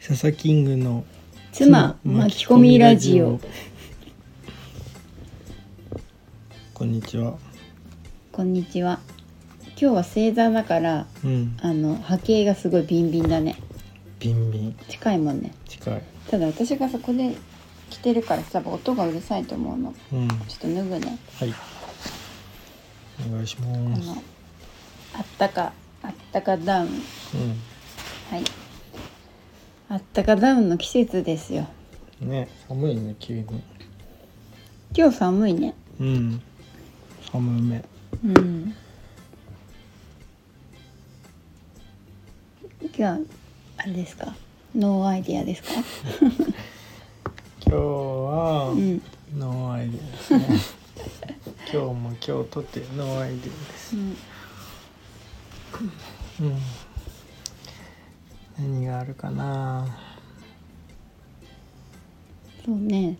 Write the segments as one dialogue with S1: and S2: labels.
S1: 佐々キングの
S2: 妻巻き込みラジオ
S1: こんにちは
S2: こんにちは今日は星座だから
S1: うん
S2: あの波形がすごいビンビンだね
S1: ビンビン
S2: 近いもんね
S1: 近い
S2: ただ私がそこで着てるからさ音がうるさいと思うの
S1: うんは
S2: ちょっと脱ぐね
S1: いお願いし
S2: こ
S1: ます
S2: のあったかあったかダウンはいあったかダウンの季節ですよ
S1: うんね寒いね急に
S2: 今日寒いね
S1: うん寒め
S2: うん今日あれですかノーアイディアですか
S1: 今日は
S2: うん
S1: ノーアイデアです ね今日も今日とってノーアイデアです
S2: うん
S1: うん何があるかな
S2: そうね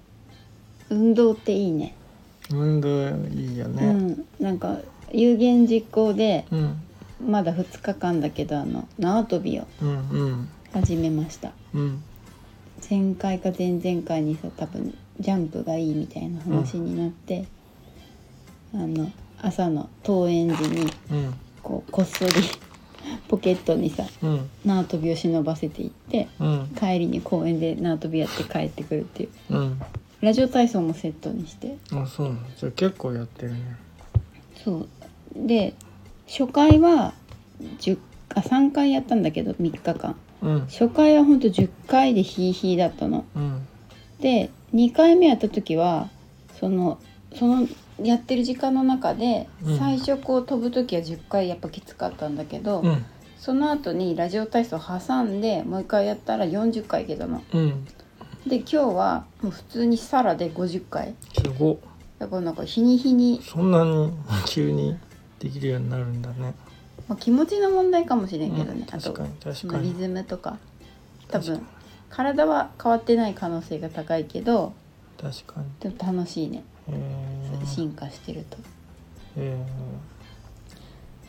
S2: 運動っていいね
S1: 運動いいよ
S2: う
S1: ね
S2: んなんか有言実行で
S1: うん
S2: まだ2日間だけどあの縄跳びを
S1: うんうん
S2: 始めました
S1: うん
S2: 前回か前々回にさ多分ジャンプがいいみたいな話になって、あの朝の登園時に
S1: うん
S2: こうこっそりポケットにさ
S1: うん
S2: 縄跳びを忍ばせていって
S1: うん
S2: 帰りに公園で縄跳びやって帰ってくるっていう
S1: うん
S2: ラジオ体操もセットにして
S1: あそうなのじゃあ結構やってるね
S2: そうで初回は10あ3回やったんだけど3日間
S1: うん
S2: 初回はほんと10回でヒーヒーだったの
S1: うん
S2: で2回目やった時はそのそのやってる時間の中で
S1: うん
S2: 最初こう飛ぶ時は10回やっぱきつかったんだけど、
S1: うん
S2: その後にラジオ体操挟んでもう一回やったら40回いけたの
S1: うん
S2: で今日はもう普通にサラで50回
S1: すごっ
S2: だからなんか日に日に、
S1: そんなに急にできるようになるんだね
S2: まあ、気持ちの問題かもしれんけど
S1: うん
S2: ね、あ
S1: 確
S2: と
S1: かに確
S2: そ
S1: か
S2: のリ
S1: に
S2: ズムとか多
S1: 確
S2: 分体は変わってない可能性が高いけど
S1: 確かに
S2: でも楽しいね
S1: へえ
S2: 進化してると。
S1: え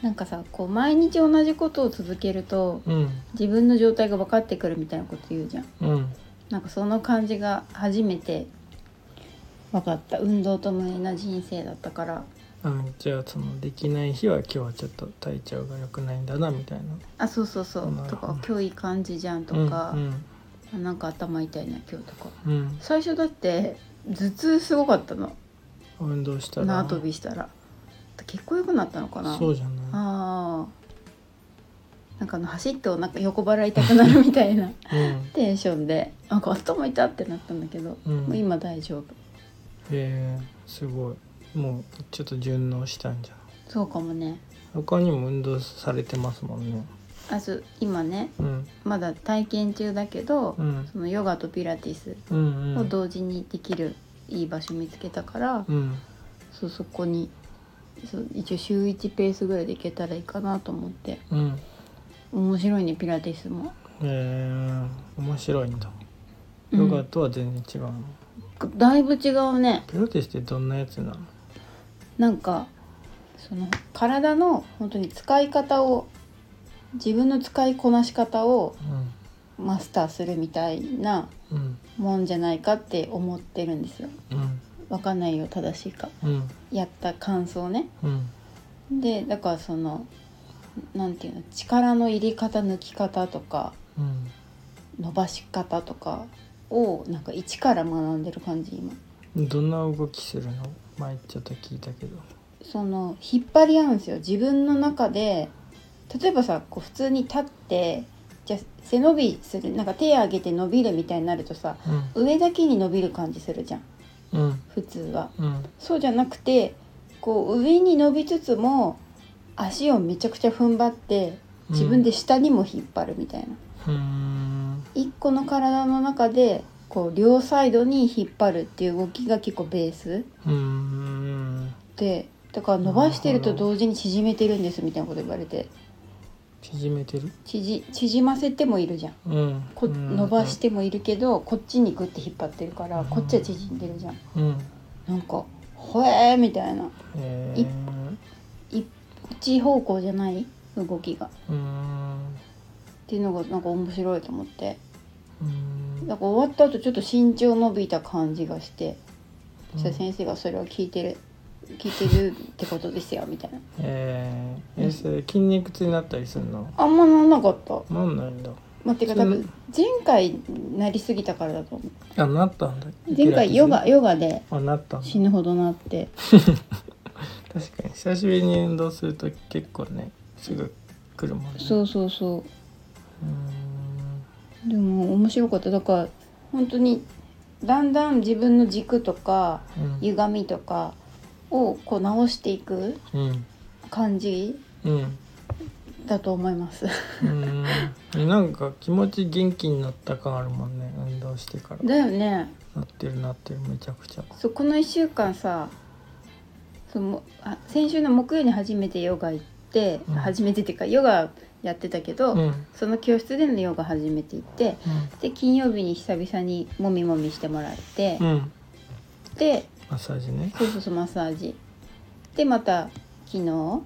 S2: なんかさこう毎日同じことを続けると
S1: うん
S2: 自分の状態が分かってくるみたいなこと言うじゃん
S1: うん
S2: なんかその感じが初めて分かった運動と無理な人生だったから
S1: あじゃあそのできない日は今日はちょっと体調が良くないんだなみたいな
S2: あそうそうそう
S1: なる
S2: と
S1: ほど
S2: か今日いい感じじゃんとか
S1: う、ん
S2: あなんか頭痛いな今日とか
S1: うん、うん
S2: 最初だって頭痛すごかったの
S1: 運動したら
S2: 縄跳びしたら結構良くなったのかな
S1: そうじゃな
S2: あーなんかあの走ってお腹横払い痛くなるみたいない
S1: うん
S2: テンションでなんか頭痛ってなったんだけど、
S1: うん
S2: もう今大丈夫
S1: へえすごいもうちょっと順応したんじゃん
S2: そうかもね
S1: 他にも運動されてますもんね
S2: あそう今ね
S1: うん
S2: まだ体験中だけど、
S1: うん
S2: そのヨガとピラティス
S1: うんう
S2: を
S1: ん
S2: 同時にできるいい場所見つけたから、
S1: うん
S2: そうそこにそう一応週1ペースぐらいで行けたらいいかなと思って
S1: うんへ
S2: 面白いねピラティスも
S1: え面白いんだ
S2: う
S1: ヨ
S2: ん
S1: ガとは全然違うの、
S2: だいぶ違うね
S1: ピラティスってどんなやつなの
S2: なんかその体の本当に使い方を自分の使いこなし方をマスターするみたいな
S1: うんうん
S2: もんじゃないかって思ってるんですよ
S1: うん
S2: わかんないよ正しいか
S1: うん
S2: やった感想ね
S1: うん
S2: でだからそのなんていうの力の入り方抜き方とか
S1: うん
S2: 伸ばし方とかをなんか一から学んでる感じ今
S1: どんな動きするの前ちょっと聞いたけど
S2: その引っ張り合うんですよ自分の中で例えばさこう普通に立ってじゃあ背伸びするなんか手上げて伸びるみたいになるとさ上だけに伸びる感じするじゃん
S1: うんうん
S2: 普通は
S1: うん
S2: そうじゃなくてこう上に伸びつつも足をめちゃくちゃ踏ん張って自分で下にも引っ張るみたいな、
S1: うん
S2: 一個の体の中でこう両サイドに引っ張るっていう動きが結構ベース
S1: うん
S2: でだから伸ばしてると同時に縮めてるんですみたいなこと言われて
S1: 縮めてる
S2: 縮縮ませてもいるじゃん
S1: うん
S2: こ
S1: うん
S2: 伸ばしてもいるけどこっちにグッて引っ張ってるからこっちは縮んでるじゃん
S1: うん
S2: なんか「ほえー」みたいな
S1: え
S2: 一一方向じゃない動きがっ
S1: うん
S2: ていうのがなんか面白いと思って
S1: うん
S2: だから終わった後ちょっと身長伸びた感じがして、
S1: うん
S2: そしたら先生がそれを聞いてる聞いてるってことですよみたいな
S1: えー、えそれ筋肉痛になったりするの
S2: あんまなんなかった
S1: なんないんだ
S2: まあ、てか
S1: そ
S2: 多
S1: んな
S2: 分前回なりすぎたからだと思う
S1: あなったんだ
S2: 前回ヨガヨガで
S1: あなったんだ
S2: 死ぬほどなって
S1: 確かに久しぶりに運動すると結構ねすぐ来るもんねう
S2: そうそうそう
S1: ーん
S2: でも面白かっただから本当にだんだん自分の軸とか
S1: うん
S2: 歪みとかをこう直していく
S1: うん
S2: 感じ
S1: うん
S2: だと思います
S1: うんなんか気持ち元気になった感あるもんね運動してから
S2: だよね
S1: なってるなってるめちゃくちゃ
S2: そうこの1週間さそのあ先週の木曜に初めてヨガ行って、
S1: うん
S2: 初めてっていうかヨガやってたけど、
S1: うんうん
S2: その教室でのヨガ初めて行ってで金曜日に久々にもみもみしてもらって、
S1: うん
S2: で
S1: マッサージね
S2: そうそうそうマッサージでまた昨日
S1: うん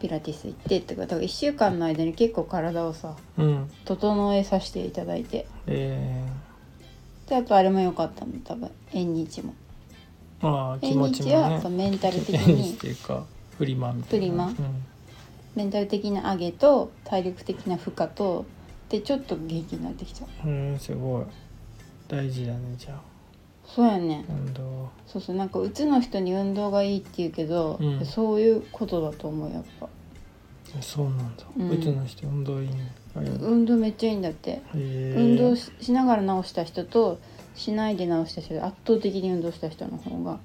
S2: ピラティス行ってってかだから1週間の間に結構体をさ
S1: うん
S2: 整えさせていただいて
S1: え
S2: であとあれも良かったの多分縁日も
S1: ー、ああ気
S2: 縁
S1: 持ち
S2: 日
S1: も
S2: は
S1: ね
S2: そうメンタル的
S1: 縁日っ
S2: に
S1: ていうかフリマみたいな
S2: フリマ
S1: うん
S2: メンタル的な上げと体力的な負荷とでちょっと元気になってきちゃう
S1: うんすごい大事だねじゃあ
S2: そうやね
S1: 運動
S2: そうそうなんかうつの人に運動がいいって言うけど、
S1: うん
S2: そういうことだと思うやっぱ
S1: そうなんだ
S2: うん
S1: うちの人運動いいねあれ
S2: 運動めっちゃいいんだって
S1: へー
S2: 運動ししながら直した人としないで直した人で圧倒的に運動した人の方が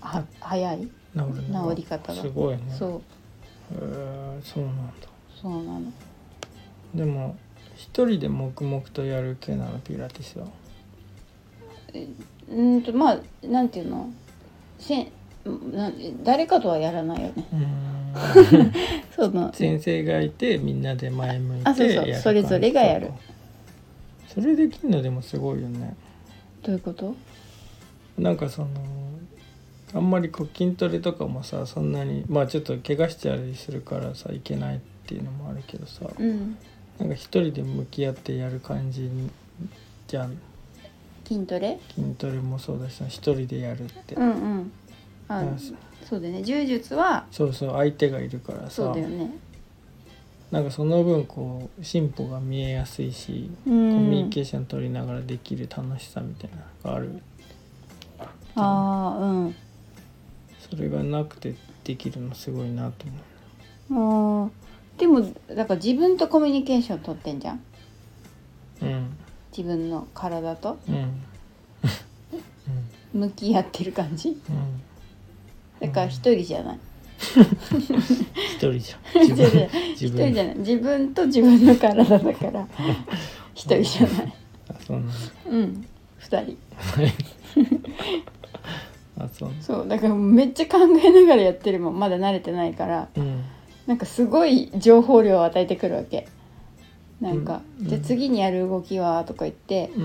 S2: は早い
S1: 治るの
S2: 治り方が
S1: すごいねう
S2: そう
S1: そうなんだ
S2: そうなの
S1: でも一人で黙々とやる系なのピラティスは
S2: うーんとまあなんていうのせんなん誰かとはやらないよね
S1: うーん
S2: その
S1: 先生がいてみんなで前向いて
S2: あそうそう
S1: やる
S2: それぞれがやる
S1: 感じそれできんのでもすごいよね
S2: どういうこと
S1: なんかそのあんまりこう筋トレとかもさそんなにまあちょっと怪我しちゃったりするからさいけないっていうのもあるけどさ
S2: うん
S1: なんか一人で向き合ってやる感じにじゃん
S2: 筋トレ
S1: 筋トレもそうだし一人でやるって、
S2: うんうん
S1: な
S2: あ
S1: んかそ
S2: そうだよね柔術は
S1: そうそう相手がいるから
S2: そ
S1: さ
S2: うだよね
S1: なんかその分こう進歩が見えやすいし、
S2: コ
S1: コミュニケーション取りながらできる楽しさみたいなのがある
S2: ああうん
S1: それがなくてできるのすごいなと思う
S2: あーでもだから自分とコミュニケーション取ってんじゃん
S1: うん
S2: 自分の体と
S1: うん うん
S2: 向き合ってる感じ
S1: うん
S2: だから一人じゃない
S1: 一人じゃん自
S2: 一人じゃ
S1: 分
S2: な
S1: 自
S2: 一人じ
S1: 分
S2: ゃない自分と自分の体だから一人じゃない
S1: あそうなんだ
S2: うん二人
S1: あそうなんだ
S2: そうだからめっちゃ考えながらやってるもんまだ慣れてないから
S1: うん
S2: なんかすごい情報量を与えてくるわけなんか、
S1: うん
S2: じゃあ次にやる動きはとか言って、
S1: う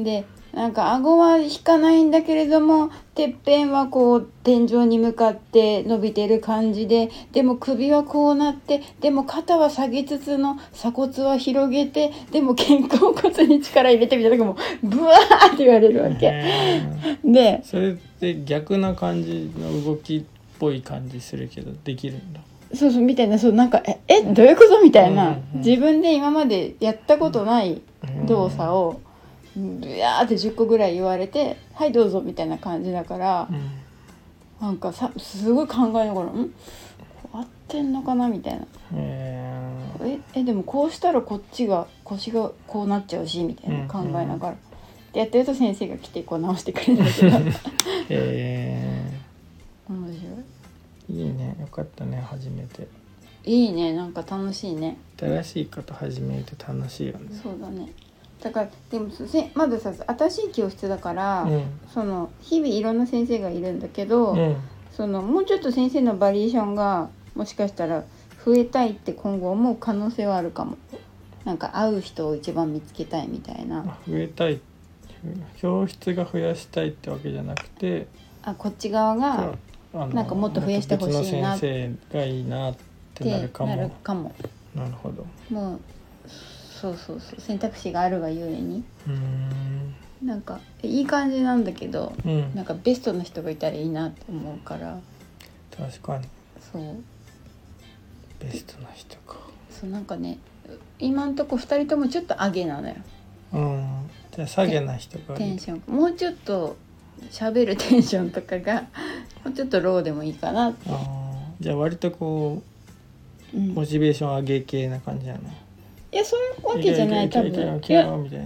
S1: ん
S2: でなんか顎は引かないんだけれどもてっぺんはこう天井に向かって伸びてる感じででも首はこうなってでも肩は下げつつの鎖骨は広げてでも肩甲骨に力入れてみたいななんかもうブワーって言われるわけ
S1: へー
S2: で
S1: それって逆な感じの動きっぽい感じするけどできるんだ
S2: そうそうみたいなそうなんかええどういうことみたい
S1: う
S2: な、
S1: んうん
S2: 自分で今までやったことない動作をブワーって10個ぐらい言われて「はいどうぞ」みたいな感じだから。
S1: うん
S2: なんかさすごい考えながら「ん合ってんのかな?」みたいな
S1: え
S2: 「ええでもこうしたらこっちが腰がこうなっちゃうし」みたいな考えながら、でやってると先生が来てこう直してくれるんだけど面
S1: ー、え
S2: 白
S1: ー、いいねよかったね初めて
S2: いいいねなんか楽しいね
S1: 新しいこと始めると楽しいよね
S2: そうだねだからでもせまずさ新しい教室だから、
S1: うん
S2: その日々いろんな先生がいるんだけど、
S1: うん
S2: そのもうちょっと先生のバリエーションがもしかしたら増えたいって今後思う可能性はあるかもなんか会う人を一番見つけたいみたいな
S1: あ増えたい教室が増やしたいってわけじゃなくて
S2: あこっち側が
S1: あの
S2: なんかもっと増やしてほしい
S1: も
S2: な
S1: っと別の先生がいいなって
S2: って
S1: なるかも
S2: なるかも
S1: なるほど
S2: もうそうそうそう選択肢があるがゆえに
S1: うーん
S2: なんかいい感じなんだけど
S1: うん
S2: なんかベストな人がいたらいいなと思うから
S1: 確かに
S2: そう
S1: ベストな人か
S2: そうなんかね今んとこ2人ともちょっと上げなのよ
S1: うんじゃあ下げな人が
S2: テ
S1: い
S2: ン
S1: い
S2: ションもうちょっと喋るテンションとか がもうちょっとローでもいいかな、
S1: あーじゃあ割とこ
S2: うん、
S1: う
S2: い
S1: モチベーション上げ系な感じやな
S2: やそういうわけじゃない多
S1: け
S2: 分
S1: けい
S2: い
S1: けよ
S2: や
S1: みたいな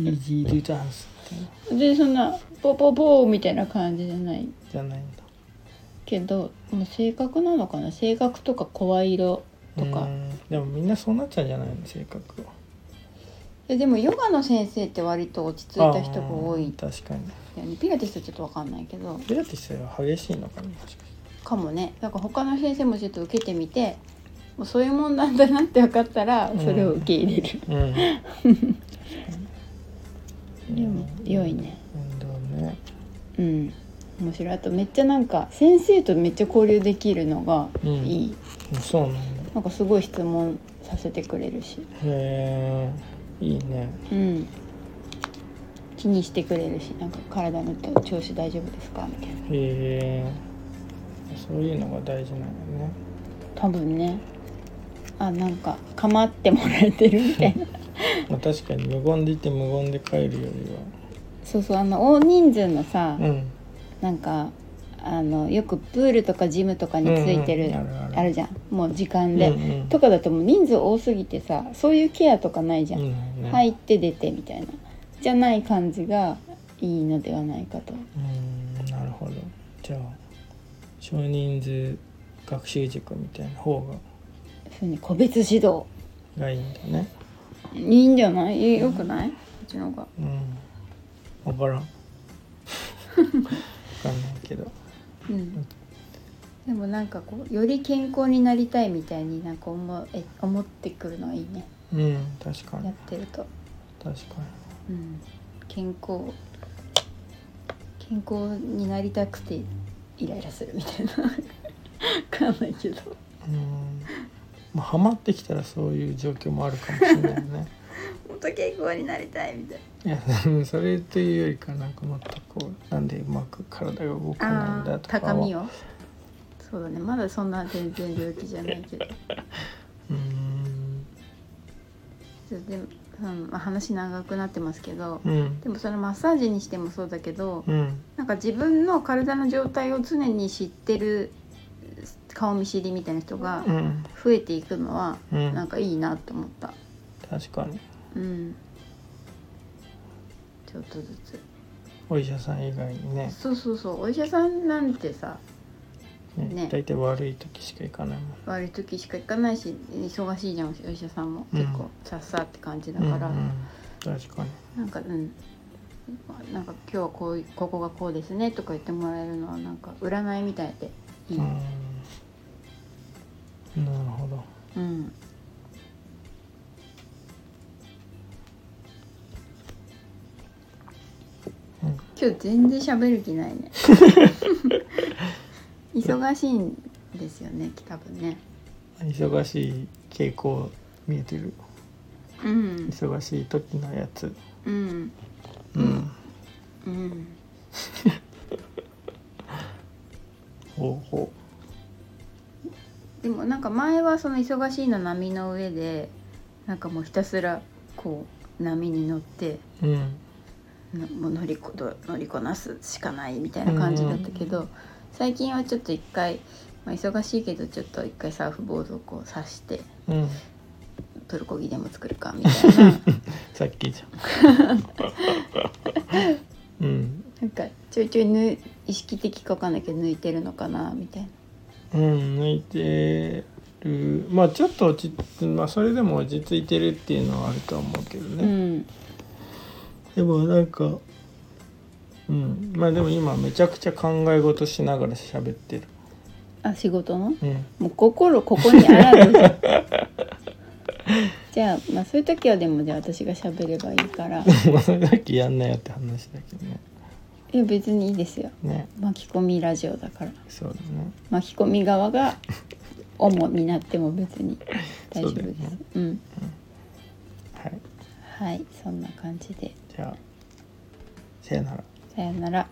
S1: イージーデュダンスっていうの
S2: でそんなポポポーみたいな感じじゃない
S1: じゃないんだ
S2: けどもう性格なのかな性格とか声色とか
S1: うーんでもみんなそうなっちゃうんじゃないの性格はい
S2: やでもヨガの先生って割と落ち着いた人が多い
S1: あー確かに
S2: よねピラティスはちょっとわかんないけど
S1: ピラティスは激しいのかなもしかして
S2: かもねなんか他の先生もちょっと受けてみてもうそういうもんなんだなって分かったらそれを受け入れる、
S1: うん
S2: でも良いね
S1: 運動ね
S2: うん面白いあとめっちゃなんか先生とめっちゃ交流できるのがいい、
S1: そうなんだ
S2: なんかすごい質問させてくれるし
S1: へえいいね
S2: うん気にしてくれるしなんか体の調子大丈夫ですかみたいな
S1: へえそういうのが大事なんだね
S2: 多分ねあなんか構ってもらえてるみた いな
S1: まあ確かに無言でいて無言で帰るよ
S2: そうそうあの大人数のさ、
S1: りはうん
S2: なんかあのよくプールとかジムとかについてる、
S1: うんうんあるある
S2: あるじゃんもう時間で、
S1: うんうん
S2: とかだともう人数多すぎてさそういうケアとかないじゃん、
S1: うん
S2: 入って出てみたいなじゃない感じがいいのではないかと
S1: うんなるほどじゃあ少人数学習塾みたいな方が
S2: ふうに個別指導
S1: がいいんだね
S2: いいんじゃないいいよくないこっちの方が
S1: うん分からん分かんないけど
S2: うんでもなんかこうより健康になりたいみたいになんか思え思ってくるのはいいね
S1: うん確か
S2: や
S1: に
S2: ってると、
S1: 確か
S2: うん、健康健康になりたくてイライラするみたいなわかんないけど
S1: にうんまあハマってきたらそういう状況もあるかもしれないよ ね
S2: もっと健康になりたいみたい
S1: いやうんそれというよりかなんかもっとこうなんでうまく体が動かない
S2: あ
S1: ん
S2: あー
S1: だとか
S2: 高み
S1: を
S2: をそうだねまだそんな全然領域じゃないけど
S1: うん
S2: ちょでも、うんまあ、話長くなってますけど
S1: うん
S2: でもそのマッサージにしてもそうだけど
S1: うん
S2: なんか自分の体の状態を常に知ってる顔見知りみたいな人が
S1: うん
S2: 増えていくのは
S1: うん
S2: なんかいいなと思った
S1: 確かに
S2: うんちょっとずつ
S1: お医者さん以外にね
S2: そうそうそうお医者さんなんてさ
S1: ね
S2: ね
S1: 大体悪い時しか行かないもん
S2: 悪い時しか行かないし忙しいじゃんお医者さんも
S1: うん
S2: 結構さっさって感じだから、
S1: うんうん確かに
S2: なんかうんなんか今日はこういここがこうですねとか言ってもらえるのはなんか占いみたいでいい、
S1: うんなるほど
S2: うん。
S1: うん
S2: 今日全然喋る気 ないね。忙しいんですよね、多分ね。
S1: 忙しい傾向見えてる
S2: うん、
S1: 忙しい時のやつ
S2: うん、
S1: うん、
S2: うん。
S1: 方法
S2: でもなんか前はその忙しいの波の上で、なんかもうひたすらこう波に乗って、
S1: うん
S2: のもう乗りこど乗りこなすしかないみたいな感じだったけど、最近はちょっと一回、まあ、忙しいけどちょっと一回サーフボードをこう刺して
S1: うん
S2: プルコギでも作るかみたい な
S1: さっきじ ゃんうん
S2: なんかちょいちょいぬ意識的かわかんないけど抜いてるのかなみたいな。
S1: うん抜いてるまあちょっと落ち着まあそれでも落ち着いてるっていうのはあるとは思うけど
S2: う
S1: ね、
S2: ん、
S1: でもなんかうんまあでも今めちゃくちゃ考え事しながら喋ってる
S2: あ仕事の
S1: うん
S2: もう心ここにあらず じゃんじゃあ,、まあそういう時はでもじゃあ私が喋ればいいからい
S1: まあさっきやんなよって話だけどね
S2: や別にいいですよ
S1: ね
S2: 巻き込みラジオだから
S1: そうだね
S2: 巻き込み側が主になっても別に大丈夫です。
S1: そうだよね
S2: うん
S1: はいはいそんな感じで
S2: じゃあさよなら
S1: さよなら